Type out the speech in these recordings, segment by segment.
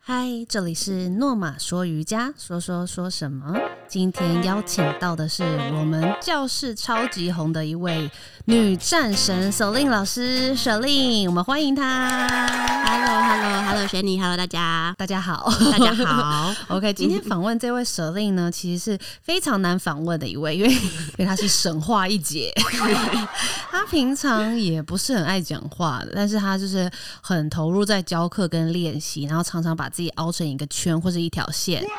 嗨，这里是诺玛说瑜伽，说说说什么？今天邀请到的是我们教室超级红的一位女战神 Selin 老师，Selin，我们欢迎她。 h e l l o h e l l o h e l l o 雪妮，Hello 大家，大家好， 大家好。 OK，今天访问这位舍令呢，其实是非常难访问的一位，因为因为他是神话一姐。他平常也不是很爱讲话的，但是他就是很投入在教课跟练习，然后常常把自己凹成一个圈或是一条线。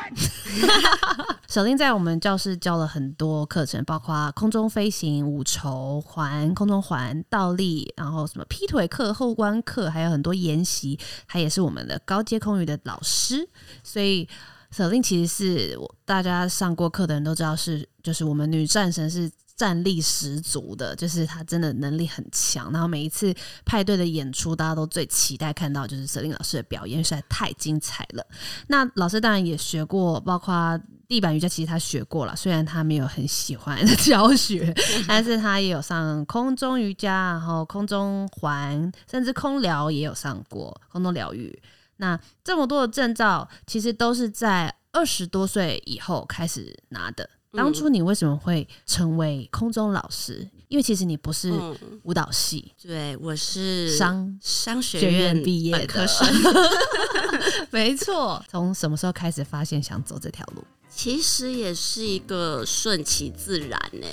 舍令在我们教室教了很多课程，包括空中飞行、五筹环、空中环、倒立，然后什么劈腿课、后关课，还有很多研习。他也是我们的高阶空余的老师，所以舍令其实是我大家上过课的人都知道是，就是我们女战神是战力十足的，就是她真的能力很强。然后每一次派对的演出，大家都最期待看到就是舍令老师的表演，实在太精彩了。那老师当然也学过，包括。地板瑜伽其实他学过了，虽然他没有很喜欢 教学，但是他也有上空中瑜伽，然后空中环，甚至空疗也有上过，空中疗愈。那这么多的证照，其实都是在二十多岁以后开始拿的。当初你为什么会成为空中老师？因为其实你不是嗯，舞蹈系、对，我是商商学学院院毕业本科的 生。，没错。从什么时候开始发现想走这条路？其实也是一个顺其自然呢、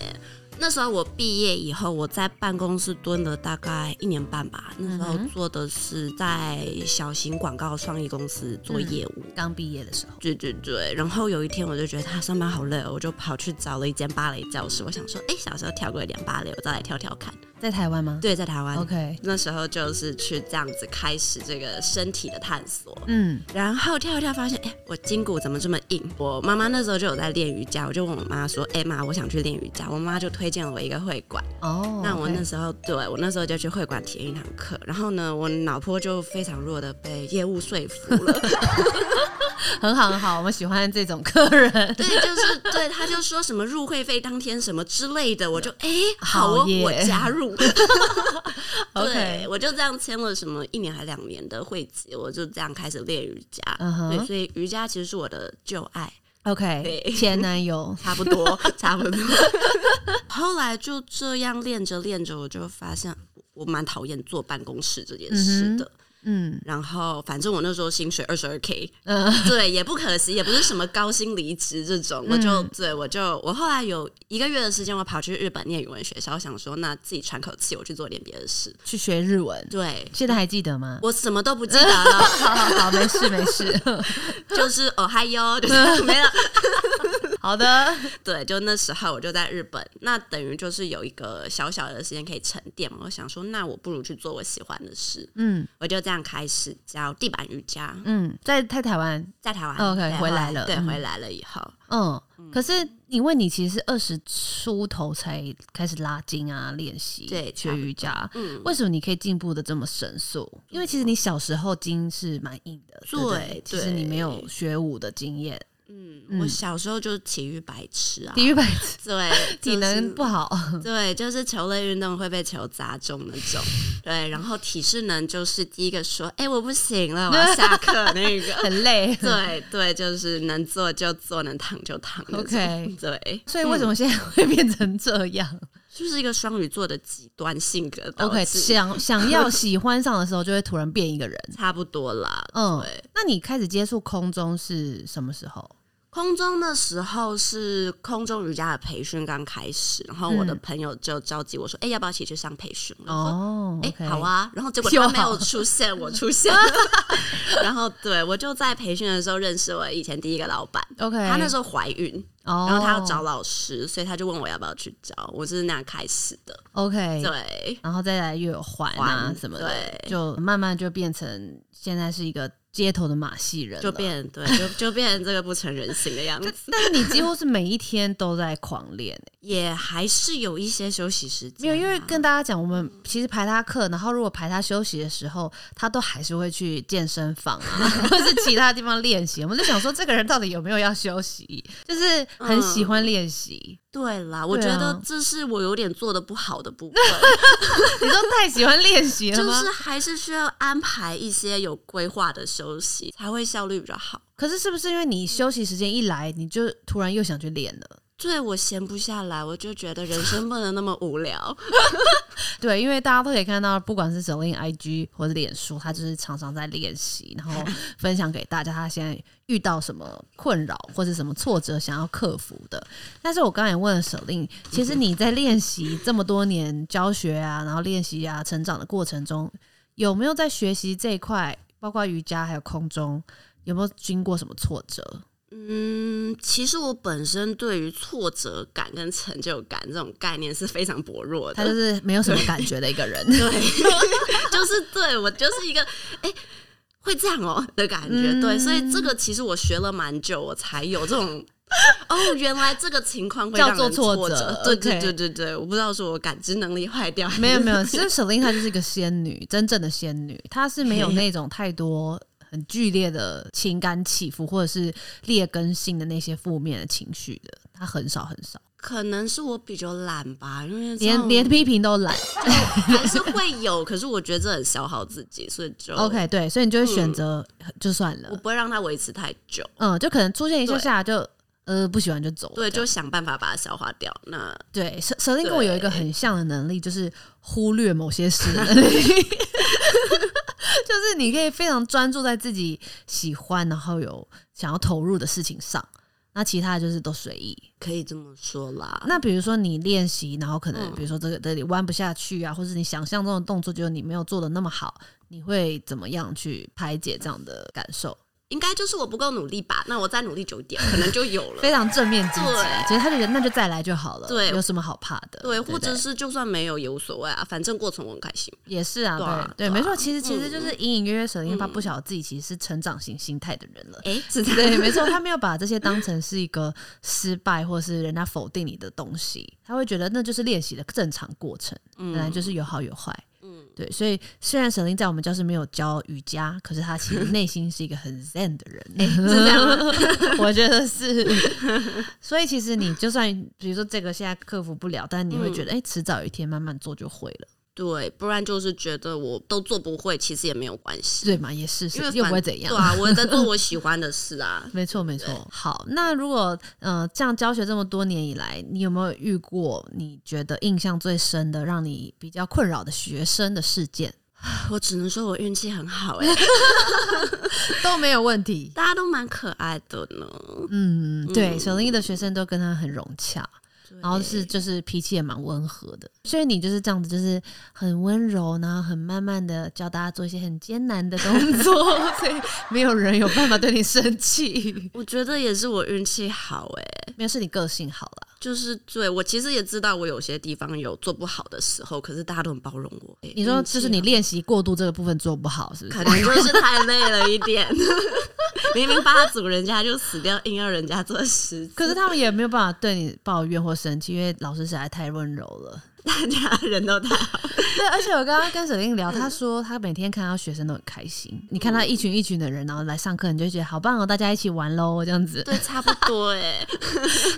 那时候我毕业以后，我在办公室蹲了大概一年半吧。那时候嗯哼做的是在小型广告创意公司做嗯业务。刚毕业的时候，对对对，然后有一天我就觉得他上班好累哦，我就跑去找了一间芭蕾教室。我想说，哎，小时候跳过一点芭蕾，我再来跳跳看。在台湾吗？对，在台湾 OK，那时候就是去这样子开始这个身体的探索。嗯，然后跳一跳，发现哎、诶我筋骨怎么这么硬？我妈妈那时候就有在练瑜伽，我就问我妈说：“哎、妈，我想去练瑜伽。”我妈就推荐了我一个会馆。哦，那我 OK 那时候，对我那时候就去会馆体验一堂课。然后呢，我脑波就非常弱的被业务说服了。很好很好，我们喜欢这种客人。对，就是对，他就说什么入会费当天什么之类的，我就哎、好好哦，耶我加入。 对 OK，我就这样签了什么一年还两年的会籍，我就这样开始练瑜伽。嗯对，哼所以瑜伽其实是我的旧爱， ，OK， 对前男友差 不多，差不多。 后来就这样练着练着，我就发现我蛮讨厌坐办公室这件事的。嗯然后反正我那时候薪水二十二 k，嗯对，也不可惜，也不是什么高薪离职这种，我就嗯对我就我后来有一个月的时间，我跑去日本念语文学校，想说那自己喘口气，我去做点别的事。去学日文，对现在还记得吗？我 什么都不记 得了，好好好，没事没事， 就是哦嗨哟，就是没了。好的，对，就那时候我就在日本，那等于就是有一个小小的时间可以沉淀嘛。我想说，那我不如去做我喜欢的事，嗯我就这样开始教地板瑜伽，嗯，在在台湾，在台湾 OK，对回来了对，嗯回来了以后，嗯，可是因为你其实是二十出头才开始拉筋啊，练习对差学不多瑜伽。嗯，为什么你可以进步的这么神速？因为其实你小时候筋是蛮硬的，对不对其实你没有对学舞的经验，嗯，我小时候就是体育白痴啊，体育班对， 体能不好。好，对，就是球类运动会被球砸中那种。对，然后体适能就是第一个说：“哎、我不行了，我要下课。”那个，很 累。对对，就是能坐就坐，能躺就躺那种。 OK 对，所以为什么现在会变成这样、就是一个双鱼座的极端性格 导 o k 致想想要喜欢上的时候，就会突然变一 个人。差不多啦。嗯对，那你开始接触空中是什么时候？空中的时候是空中瑜伽的培训刚开始，然后我的嗯朋友就召集我说：“哎、要不要一起去上培训？”我说哦哎、 ，OK，好，啊，然后结果就他没好有出现，我出 现了。然后对我就在培训的时候认识我以前第一个老板， ，OK，她那时候怀孕，候，哦、然后她要找老师，所以她就问我要不要去找，我是那样开始的。哎 OK，对，然后再来又有环啊环什么的，对就慢慢就变成现在是一个街头的马戏人了，就变对，就 就变成这个不成人形的样子。但是你几乎是每一天都在狂练、欸， 也还是有一些休息时没 间啊、有，因为跟大家讲，我们其实排他课，然后如果排他休息的时候，他都还是会去健身房啊， 或是其他地嗯方练习。我们就想说，这个人到底有没有要休息？就是很喜欢练习，对啦，我觉对啊得这是我有点做的不好的 部分，你都太喜欢练习了就吗？是还是需要安排一些有规划的休息，才会效率比较好。可是是不是因为你休息时间一来，你就突然又想去练了？对我闲不下来，我就觉 得人生不能那么无聊。对，因为大家都可以看到，不管是 Selin IG 或者脸书，他就是常常在练习，然后分享给大家他现在遇到什么困扰或者什么挫折想要克服的。但是我刚才也问了 Selin，其实你在练习这么多年教学啊，然后练习啊，成长的过程中，有没有在学习这一块，包括瑜伽还有空中，有没有经过什么挫折？嗯，其实我本身对于挫折感跟成就感这种概念是非常薄弱他的就。是没有什么感觉的一个人。对， 就是对我就是一个哎、会这样哦的感觉。嗯对，所以这个其实我学了蛮久，我才有这 种。哦，原来这个情况会叫让人做挫挫折对对 OK 对对对，我不知道是我感知能力坏掉还是，没有没有，其实 Selin 她就是一个仙女，真正的仙女，她是没有那种太多很剧烈的情感起伏，或者是劣根性的那些负面的情绪的，她很少很少，可能是我比较懒吧，因为这连种连批评都懒。还是会有，可是我觉得这很消耗自己，所以就 OK，对，所以你就会选择就算哦嗯我了，不会让它维持太久，嗯，就可能出现一下下就。呃，不喜欢就走。对，这样就想办法把它消化掉。那对。舍舍令跟我对有一个很像的能力，就是忽略某些事的能力， 就是你可以非常专注在自己喜欢，然后有想要投入的事情上，那其他的就是都随意。可以这么说啦，那比如说你练习，然后可能嗯比如说这个这里弯不下去啊，或是你想象中的动作，就是你没有做的那么好，你会怎么样去排解这样的感受？应该就是我不够努力吧？那我再努力久一点，可能就有 了。非常正面积极对，其实他就觉得那就再来就好了，对有什么好怕的？对，或不者是就算没有也无所谓啊，反正过程我很开心。也是啊，对啊对对，对啊没错，其实其实就是隐隐约约，沈林他嗯不晓得自己其实是成长型心态的人了。 哎、是这对，没错，他没有把这些当成是一个失败或是人家否定你的东西，他会觉得那就是练习的正常过程，本来就是有好有坏。嗯，对，所以虽然沈林在我们教室没有教瑜伽，可是他其实内心是一个很 zen 的人，哎是这样吗？ 我觉得是。所以其实你就算比如说这个现在克服不了，但你会觉嗯得，哎、迟早有一天慢慢做就会了，对，不然就是觉得我都做不会，其实也没有关系，对嘛？也是，是因为又反不会怎样。对。啊，我也在做我喜欢的事啊 没错，没错。好，那如果呃这样教学这么多年以来，你有没有遇过你觉得印象最深的、让你比较困扰的学生的事 件？我只能说我运气很好哎、都没有问题。大家都蛮可爱的呢。嗯，对，嗯小林的学生都跟他很融洽，然后是对就是脾气也蛮温和的，所以你就是这样子，就是很温柔，然后很慢慢的教大家做一些很艰难的动 作，所以没有人有办法对你生气，我觉得也是我运气好哎、没有是你个性好了。就是对我其实也知道我有些地方有做不好的时候，可是大家都很包容我。哎你说就是你练习过度这个部分做不好，是不是可？能就是太累了一点， 明明八组人家就死掉，硬要人家做十次， 可是他们也没有办法对你抱怨或生气，因为老师实在太温柔了。大家人都太好。对，而且我刚刚跟沈令聊，他说他每天看到学生都很开心，你看他一群一群的人，然后来上课，你就觉得好棒哦，大家一起玩喽这样子。对，差不多哎、欸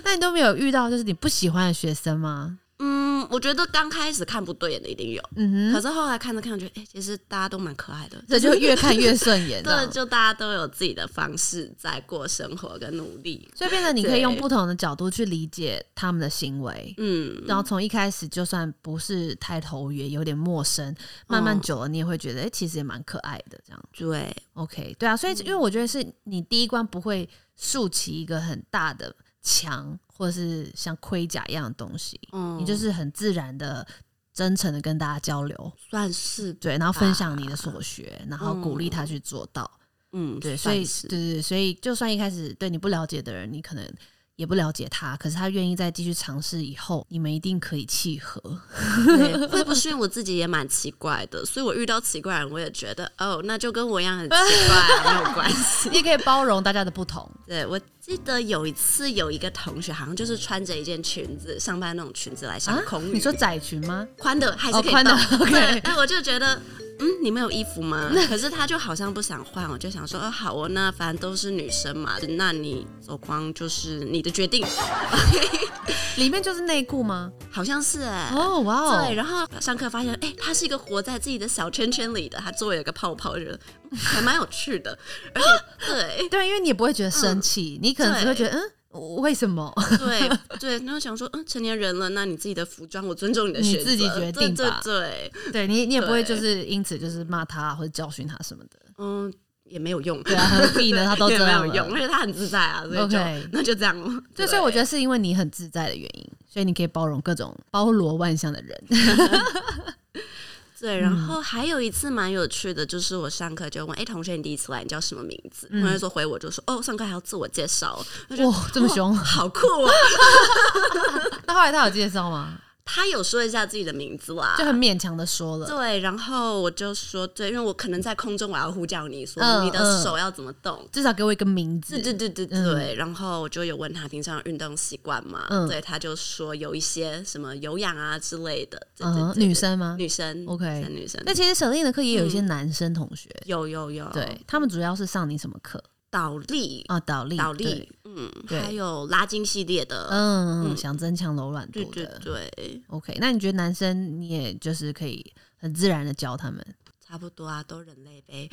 那你都没有遇到就是你不喜欢的学生吗？嗯，我觉得刚开始看不对眼的一定有，嗯哼，可是后来看着看着觉得，哎、其实大家都蛮可爱的。这就越看越顺 眼这对，样。就大家都有自己的方式在过生活跟努力。所以变成你可以用对不同的角度去理解他们的行为。嗯，然后从一开始就算不是太投缘，有点陌生，慢慢嗯久了你也会觉得，哎、其实也蛮可爱的这样。对， OK，对啊，所以嗯因为我觉得是你第一关不会竖起一个很大的墙，或者是像盔甲一样的东西，嗯，你就是很自然的、真诚的跟大家交流，算是对，然后分享你的所学，然后鼓励他去做到，啊嗯，对，所算以是对对对，所以就算一开始对你不了解的人，你可能。也不了解他，可是他愿意再继续尝试，以后你们一定可以契合。对，会不是因为我自己也蛮奇怪的，所以我遇到奇怪人，我也觉得哦，那就跟我一样很奇怪，啊没有关系。也可以包容大家的不 同。对我记得有一次有一个同学，好像就是穿着一件裙子，上班那种裙子来上空域，啊你说窄裙吗？宽的还哦是可以宽的动 OK 对，哎，我就觉得。嗯，你们有衣服吗？可是他就好像不想换，我就想说，哦，好哦，那反正都是女生嘛，那你走光就是你的决定。里面就是内裤吗？好像是哎、哦，哇哦，对，然后上课发现，哎、他是一个活在自己的小圈圈里的，他周围有个泡泡，觉得嗯还蛮有趣的，而且 对对，因为你也不会觉得生气，你可能只会觉得嗯。为什么？ 对对，然后想说，嗯，成年人了，那你自己的服装，我尊重你的你选择，自己决定对吧对对，对你，你也不会就对是因此就是骂他或者教训他什么的。嗯，也没有用，对啊，何必呢？他都也这没样有了用，而且他很自在啊，所以就 OK 那就这样了。对，所以我觉得是因为你很自在的原因，所以你可以包容各种包罗万象的人。对，然后还有一次蛮有趣的，就是我上课就问，哎、同学，你第一次来，你叫什么名字？同学说回我就说，哦，上课还要自我介绍哦， 我就觉得哇，这么凶！啊 好酷哦。那后来他有介绍吗？他有说一下自己的名字啦 就，很勉强的说了。对，然后我就说，对，因为我可能在空中我要呼叫你说嗯你的手要怎么动。至少给我一个名字对。对对对对，然后我就有问他平常运动习惯嘛，嗯对，他就说有一些什么有氧啊之类的，对对嗯，对女生吗？女生嗯 OK 女生，那其实舍令的课也有一些男生同学，有有有，对他们主要是上你什么课倒立啊？倒立，倒对，立，嗯，对还有拉筋系列的，嗯，嗯想增强柔软度对的。对对， OK，那你觉得男生你也就是可以很自然的教他们，差不多啊，都人类呗。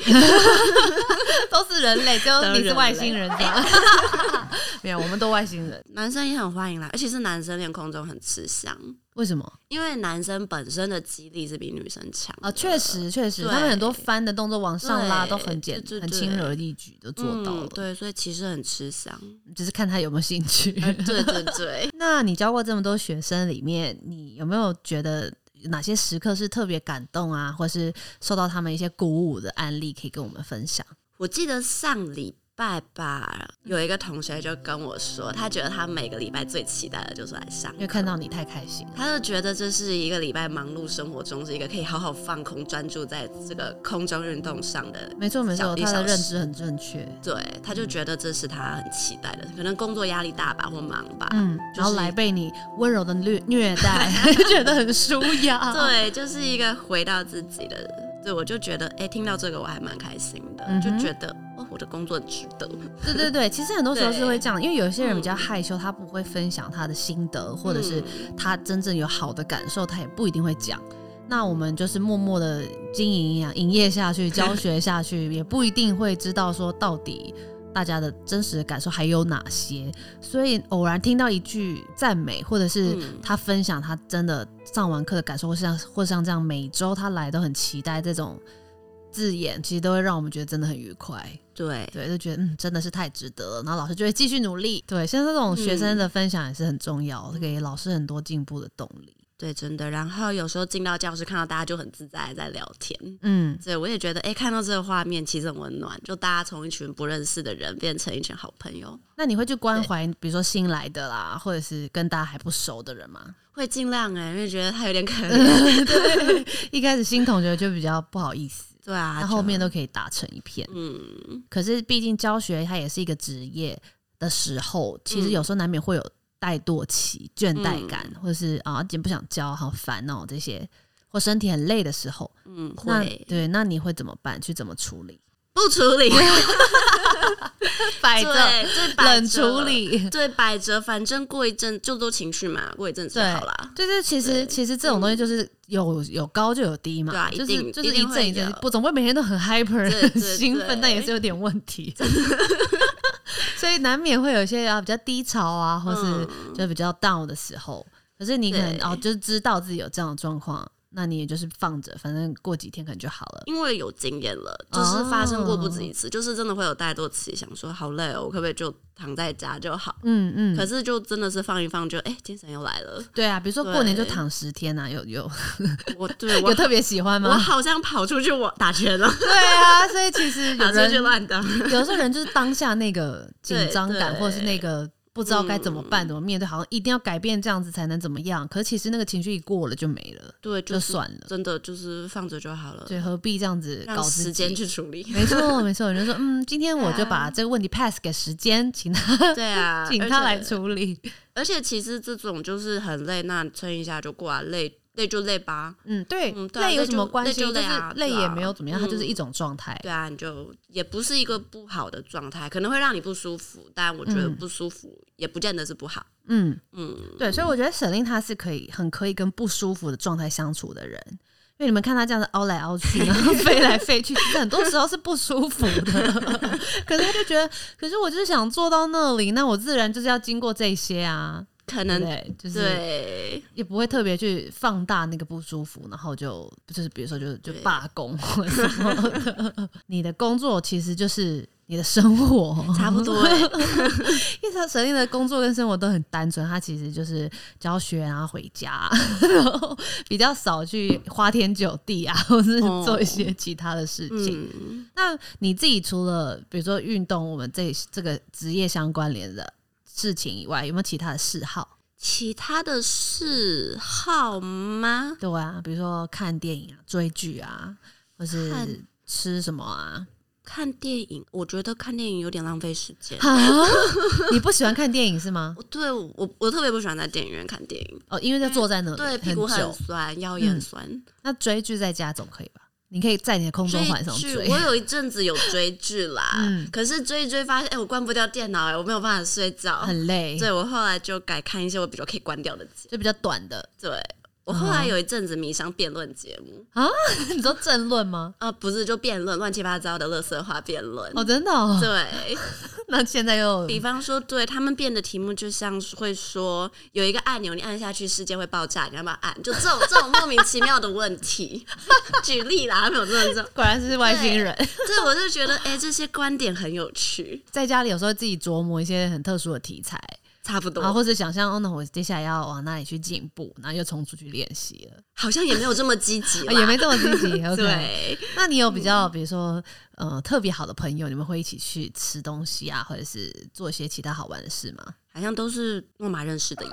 都是人类，就 都是你是外人类星 人是 吧？没有，我们都外星人，男生也很欢迎啦，而且是男生练空中很吃香，为什么？因为男生本身的肌力是比女生强啊，的嗯确实确实，对他们很多翻的动作往上拉对都很简对对很对轻而易举就做到嗯了，对，所以其实很吃 香。呃只是看他有没有兴趣。嗯对对对， 那你教过这么多学生里面，你有没有觉得哪些时刻是特别感动啊，或是受到他们一些鼓舞的案例可以跟我们分享？我记得上礼拜吧，有一个同学就跟我嗯说，他觉得他每个礼拜最期待的就是来上因为课看到你太开心了，他就觉得这是一个礼拜忙碌生活中是一个可以好好放空、专注在这个空中运动上的。没错没错，小一他的小认时知很正确。对，他就觉得这是他很期待的，可能工作压力大吧，或忙吧。嗯，就然后是来被你温柔的虐虐 待，觉得很舒压。，对，就是一个回到自己的。对，我就觉得，哎、听到这个我还蛮开心的，嗯哼就觉得哦，我的工作值得。对对对，其实很多时候是对嗯会这样，因为有些人比较害羞，他不会分享他的心得，或者是他真正有好的感受，他也不一定会讲。那我们就是默默的经营呀、营业下去，教学下 去，也不一定会知道说到底大家的真实的感受还有哪些。所以偶然听到一句赞美，或者是嗯他分享他真的上完课的感受，或像或像这样每周他来都很期待这种字眼，其实都会让我们觉得真的很愉快。对，对，就觉得嗯，真的是太值得了。然后老师就会继续努力。对，像这种学生的分享也是很重要，给老师很多进步的动力。对，真的。然后有时候进到教室，看到大家就很自在地在聊天。嗯，对，我也觉得，哎、看到这个画面其实很温暖，就大家从一群不认识的人变成一群好朋友。那你会去关怀，比如说新来的啦，或者是跟大家还不熟的人吗？会尽量哎、因为觉得他有点可嗯 怜。一开始新同学就比较不好意思，对啊，那就后面都可以打成一片。嗯，可是毕竟教学它也是一个职业的时候，其实嗯有时候难免会有怠惰期、倦怠感，或者是啊，今天不想教，好烦哦这些，或身体很累的时候，嗯，那会对，那你会怎么办？去怎么处理？不处 理，摆对，对， 摆冷着处，理。对，摆着，反正过一阵就都情绪嘛，过一阵子就对好啦。对对，其实对其实这种东西就是有有高就有低嘛，对啊一就定是就是一定阵一会阵有，不总不会每天都很 hyper 对很对兴奋，对但也是有点问题， 所以难免会有一些啊比较低潮啊，或是嗯就比较 down 的时候。可是你可能对哦，就是知道自己有这样的状况，那你也就是放着，反正过几天可能就好了。因为有经验了，就是发生过不止哦一次，就是真的会有怠惰期，想说好累哦，我可不可以就躺在家就好？嗯嗯，可是就真的是放一放就，哎，精神又 来了。对啊，比如说过年就对躺十天啊，有有我 对有我特别喜欢我吗？好像跑出去我打拳 了，对啊，所以其实有跑出人去乱打。 有的时候人就是当下那个紧张感，对对嗯或者是那个不知道该怎么办、怎么面对，好像一定要改变这样子才能怎么样。可是其实那个情绪一过了就没了，对，就是算了，真的就是放着就好了，对，何必这样子搞让自己。时间？去处理 没错，没错。有人说，嗯，今天我就 把这个问题 pass 给时间，请他，对啊 请他来而且处理。而且其实这种就是很累，那撑一下就过来，累累就累吧，嗯，对，嗯对啊累有什么累就关系？累就累啊是累对啊也没有怎么样，它就是嗯一种状态。对啊，你就也不是一个不好的状态，可能会让你不舒服，但我觉得嗯不舒服也不见得是不好。嗯，嗯，对，所以我觉得沈令他是可以很可以跟不舒服的状态相处的人，因为你们看他这样子凹来凹去，然后飞来飞去，其实很多时候是不舒服的。 可是他就觉得，可是我就是想做到那里，那我自然就是要经过这些啊，可对不能对？就是对也不会特别去放大那个不舒服，然后就就是比如说就就对罢工 或者什么的。你的工作其实就是你的生活，差不 多欸、因为他沈令的工作跟生活都很单纯，他其实就是教学，然后回家， 然后比较少去花天酒地啊， 或是哦做一些其他的事情。嗯，那你自己除了比如说运动，我们这这个职业相关联的事情以外，有没有其他的嗜好？其他的嗜好吗？对啊，比如说看电影啊、追剧啊，或是看吃什么啊？看电影，我觉得看电影有点浪费时间。啊， 你不喜欢看电影是吗？我对我我特别不喜欢在电影院看电影， 哦，因为就坐在那里对很屁股很久。酸，腰也嗯很酸。那追剧在家总可以吧？你可以在你的空中环上剧，追。我有一阵子有追剧啦， 嗯可是追一追发现，哎、我关不掉电脑、哎，我没有办法睡觉。 很累，对，我后来就改看一些我比较可以关掉的节。就比较短的 对我后嗯来有一阵子迷上辩论节目，你说政论吗？啊、不是就辩论，乱七八糟的乐色话辩论。哦，真的、哦。对那现在又比方说，对他们变的题目，就像是会说有一个按钮，你按下去世界会爆炸，你要不要按？就这种 这种莫名其妙的问 题，举例啦，没有真的这 种。果然是外星人，这我就觉得，哎、这些观点很有趣，在家里有时候自己琢磨一些很特殊的题材，差不多。然后或者想象哦，那我接下来要往哪里去进步，然后又冲出去练习了，好像也没有这么积极啦啊、 也没这么积 极。OK，对，那你有比嗯较，比如说呃特别好的朋友，你们会一起去吃东西啊，或者是做一些其他好玩的事 吗？好像都是诺玛认识的人，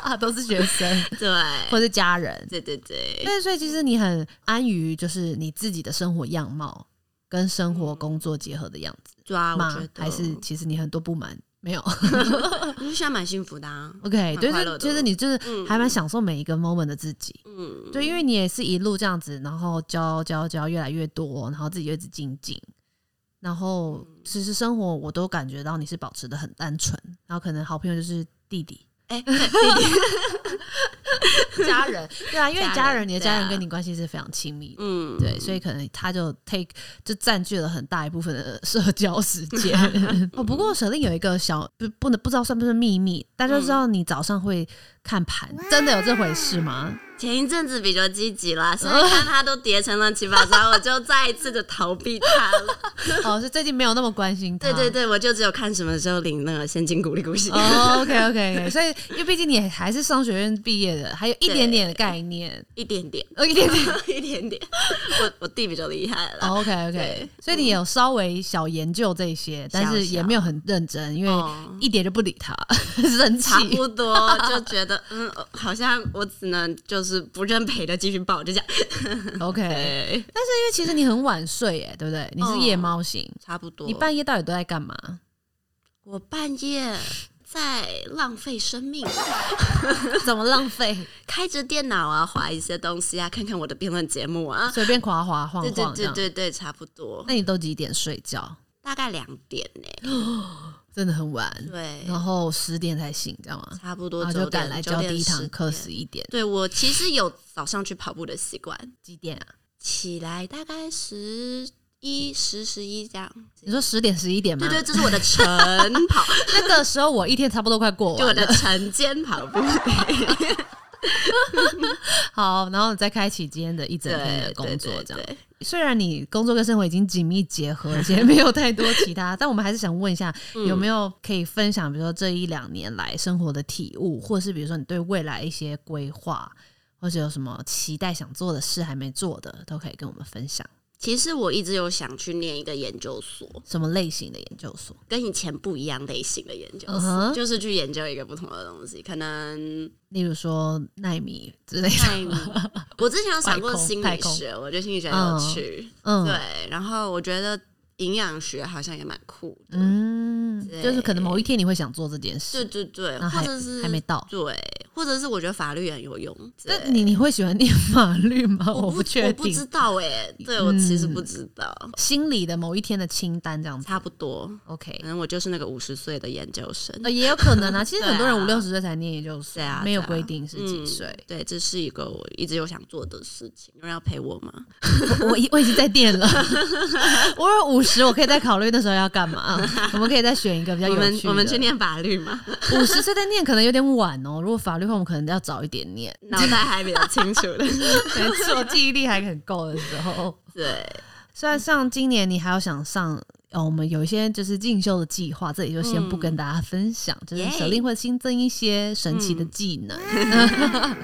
啊都是学生对， 或是家人。对对对，对，所以其实你很安于就是你自己的生活样貌跟生活工作结合的样子对啊，我吗觉？得哦还是其实你很多不满没 有 我就现在蛮幸福的啊， ？OK，蛮对，快就乐的就是你就是嗯还蛮享受每一个 moment 的自己。嗯，对，因为你也是一路这样子，然后教教教越来越多，然后自己一直精进，然后嗯其实生活我都感觉到你是保持的很单纯，然后可能好朋友就是弟 弟、哎，对家人，对啊，因为家家人人你的对家人啊跟你关系是非常亲密的。 嗯，对，所以可能他就 take 就占据了很大一部分的呃社交 时间。哦，不过舍令有一个小不不能不知道算不算秘密，大嗯家都知道你早上会看盘，真的有这回事吗？ 前一阵子比较积极啦， 所以看他都叠成乱七八糟，我就再一次的逃避他了。 哦，是最近没有那么关心他。对对。对，我就只有看什么时候领那个现金鼓励股息。哦、o k OK OK，所以因为毕竟你还是商学院毕业的，还有一点点的概念， 一点点，哦，一点点、一点点。我我弟比较厉害了， o k OK， 对所以你有稍微小研究这些，但是小也小没有很认真，因为哦一点就不理他， 生差气。不 多就觉得，嗯，好像我只能就是不认赔的继续报，就这样。 OK，对，哦但是因为其实你很晚睡耶，对不对？你是夜猫型， 差不多。你半夜到底都在干 嘛？我半夜在浪费生命，怎么浪费？开着电脑啊，划一些东西啊，看看我的辩论节目 啊。随便滑滑晃对对晃这对样。对对，差不多，那你都几点睡觉？大概两点呢、真的很晚，对，然后十点才醒，知道吗？差不多哦然后九就赶点来九教点第一堂课， 10十点一点。对我其实有早上去跑步的习惯，几点啊？起来大概十一十十一这样。你说十点十一点吗？对对，这是我的晨 跑。那个时候我一天差不多快过就我 完的了。晨间跑步，好，然后你再开启今天的 一整天的工作，对这样。对对虽然你工作跟生活已经紧密结合，而且没有太多其他，但我们还是想问一下， 有没有可以分享，比如说这一两年来生活的体悟，或是比如说你对未来一些规划，或者有什么期待想做的事还没做的，都可以跟我们分享。其实我一直有想去念一个研究所，什么类型的研究所？跟以前不一样类型的研究所嗯哼就是去研究一个不同的东西。可能例如说纳米之类的。太， 我之前有想过外空心太理空学，我觉得心理学很有趣。嗯对，然后我觉得营养学好像也蛮酷的。嗯，对就是可能某一天你会想做这件对事，对对，那或还者是还没到。对，或者是我觉得法律也很有用。对 但你你会喜欢念法律吗？我不确我不知定。嗯道哎、对我其实不知道，心里的某一天的清单这样子差嗯不多， ，OK，可能我就是那个五十岁的研究生。呃，也有可 能啊。其实对啊很多人五六十岁才念研究所对，啊，没有对啊规定是几嗯岁。对，这是一个我一直有想做的事情。有人要陪我吗？我已我已经在念 了，我有五十，我可以再考虑那时候要干嘛。啊我们可以再选一个比较我有们趣我们去的念法律吗？ 五十岁再念可能有点晚哦，如果法律话我们可能要早一点 念，脑袋还比较清楚 的。没错，记忆力还很够的时候。对，虽然上今年你还要想上，呃、我们有一些就是进修的计划，这里就先不嗯跟大家分享，就是耶嗯舍令会新增一些神奇的技能。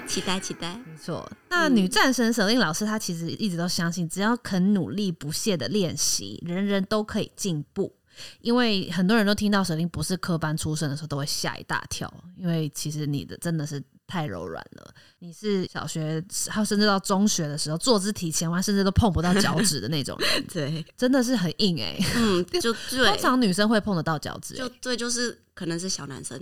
期待期待。没错，那嗯女战神舍令老师她其实一直都相信，只要肯努力不懈的练习，人人都可以进步。因为很多人都听到舍令不是科班出身的时候，都会吓一大跳，因为其实你的真的是太柔软了。你是小学，还有甚至到中学的时候，坐姿体前弯，甚至都碰不到脚趾的那种人，对，真的是很硬哎、嗯，就通对，常女生会碰得到脚趾欸、就对，就是可能是小男生。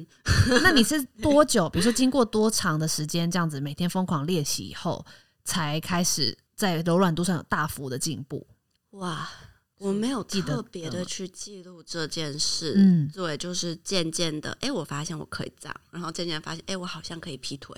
那你是多久？ 比如说经过多长的时间这样子每天疯狂练习以后，才开始在柔软度上有大幅的进步？哇，我没有记得特别的的去记录这件事。嗯对，就是渐渐的，哎、我发现我可以这样，然后渐渐地发现，哎、我好像可以劈腿。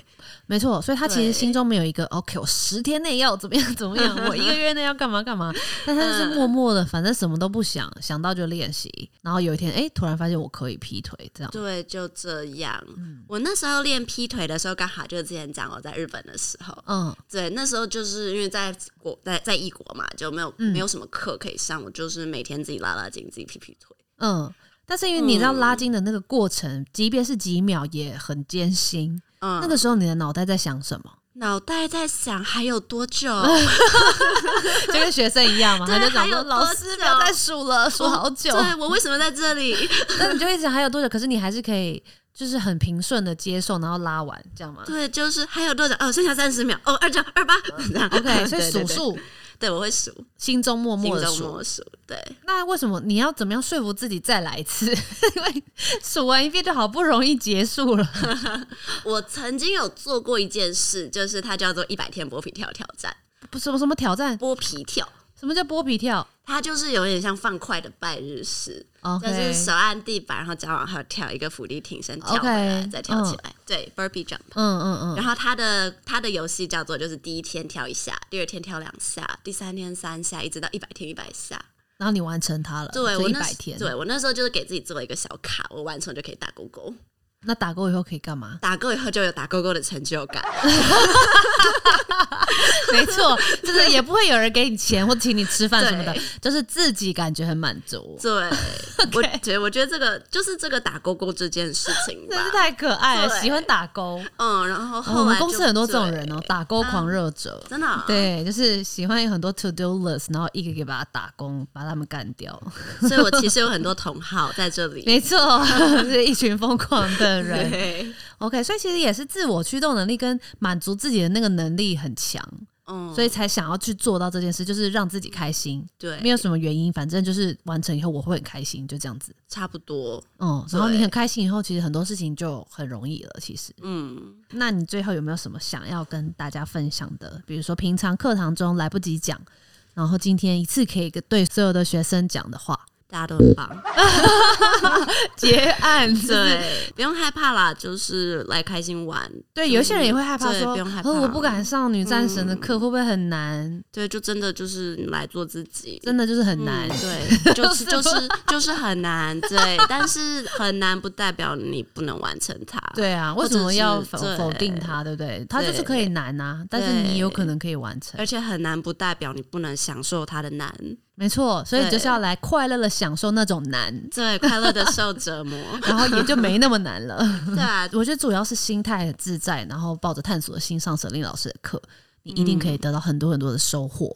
没错，所以他其实对心中没有一个 OK，我十天内要怎么样怎么样，我一个月内要干嘛干 嘛，但他就是默默的，反正什么都不想，想到就练习，然后有一天哎、诶突然发现我可以劈腿，这样对，就这样。嗯我那时候练劈腿的时候，刚好就是之前讲我在日本的时候，嗯对，那时候就是因为在国在在异国嘛，就没有、嗯没有什么课可以上，我就是每天自己拉拉筋，自己劈劈腿。嗯。但是因为你知道拉筋的那个过程，即便是几秒也很艰辛。嗯，那个时候你的脑袋在想什么？脑袋在想还有 多久？就跟学生一样嘛，对他就想还说有多老师久不要再数了，数好久。哦对我为什么在 这里？但你就一直还有多久？可是你还是可以，就是很平顺的接受，然后拉完，这样吗？对，就是还有多久？哦，剩下三十秒。哦，二九二八。这样嗯 OK，所以对对数对数，对我会数，心中默默心的中数。默数。对，那为什么你要怎么样说服自己再来一次？ 因为数完一遍就好不容易结束了。我曾经有做过一件事，就是它叫做一百天剥皮跳挑战，不什么什么挑战？剥皮跳，什么叫剥皮跳它就是有点像放快的拜日式。就？OK，是手按地板，然后脚往后跳一个俯地挺身跳回来 OK，再跳起来。对，burpee jump。嗯嗯嗯，然后它的它的游戏叫做就是第一天跳一下，第二天跳两下，第三天三下，一直到一百天一百下。然后你完成它了，对这我一那百天。对我那时候就是给自己做一个小卡，我完成就可以打勾勾。那打勾以后可以干嘛？打勾以后就有打勾勾的成就感。 没错，就是也不会有人给你钱或请你吃饭什么的对，就是自己感觉很满足，对，我觉我觉得这个就是这个打勾勾这件事情 真是吧。太可爱了，对喜欢打勾。嗯，然后哦我后来们就公司很多这种人哦，打勾狂热者对，。真的啊、对，就是喜欢有很多 to do list，然后一个一个把它打工，把他们干 掉。所以我其实有很多同好在这里。没错，是一群疯狂的人。对， OK，所以其实也是自我驱动能力跟满足自己的那个能力很强，嗯，所以才想要去做到这件事，就是让自己开心。对，没有什么原因，反正就是完成以后我会很开心，就这样子。差不多，嗯，然后对你很开心以后，其实很多事情就很容易了。其实，嗯，那你最后有没有什么想要跟大家分享的？比如说平常课堂中来不及讲，然后今天一次可以给对所有的学生讲的 话，大家都很棒， 结案对对，不用害怕啦，就是来开心玩，对，就是有些人也会害怕对说，不用害怕，嗯哦，我不，敢上女战神的课，会不会很难？对，就真的就是来做自己，真的就是很嗯难。对， 就是就是就是很难，对，但是很难不代表你不能完成它，对啊，为或什者么要是否对否定它？对不对？它就是对可以难啊，但是你对有可能可以完成。而且很难不代表你不能享受它的难，没错，所以就是对要来快乐的享受那种 难，对，快乐的受折 ，磨然后也就没那么难了。对啊，我觉得主要是心态很自嗯在，然后抱着探索的心上沈令老师的课，你一定可以得到很多很多的收获。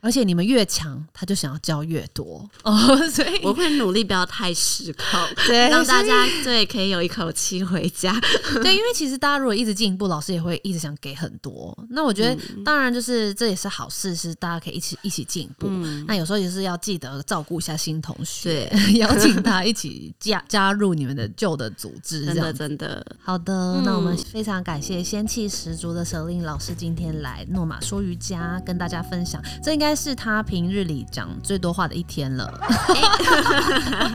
而且你们越强，他就想要教越 多哦，所以我会努力不要太失控， 对让大所以家对可以有一口气回家。 对，因为其实大家如果一直进步，老师也会一直想给很多。那我觉得，嗯当然就是这也是好事，是大家可以一起一起进步。嗯那有时候也是要记得照顾一下新同学，邀请他一起加加入你们的旧的组织，这真样的子。真的，好的，那我们非常感谢仙气十足的舍令老师今天来诺玛说瑜伽跟大家分享，这应该是他平日里讲最多话的一天 了。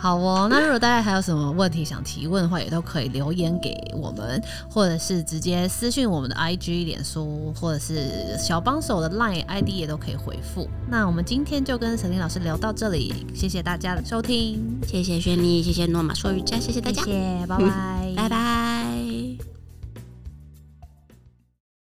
好哦，那如果大家还有什么问题想提问的话，也都可以留言给我们，或者是直接私讯我们的 IG、脸书，或者是小帮手的 LINE ID 也都可以回复。那我们今天就跟舍令老师聊到这里，谢谢大家的收听，谢谢轩妮，谢谢诺玛说瑜伽，谢谢大谢家。谢，拜拜。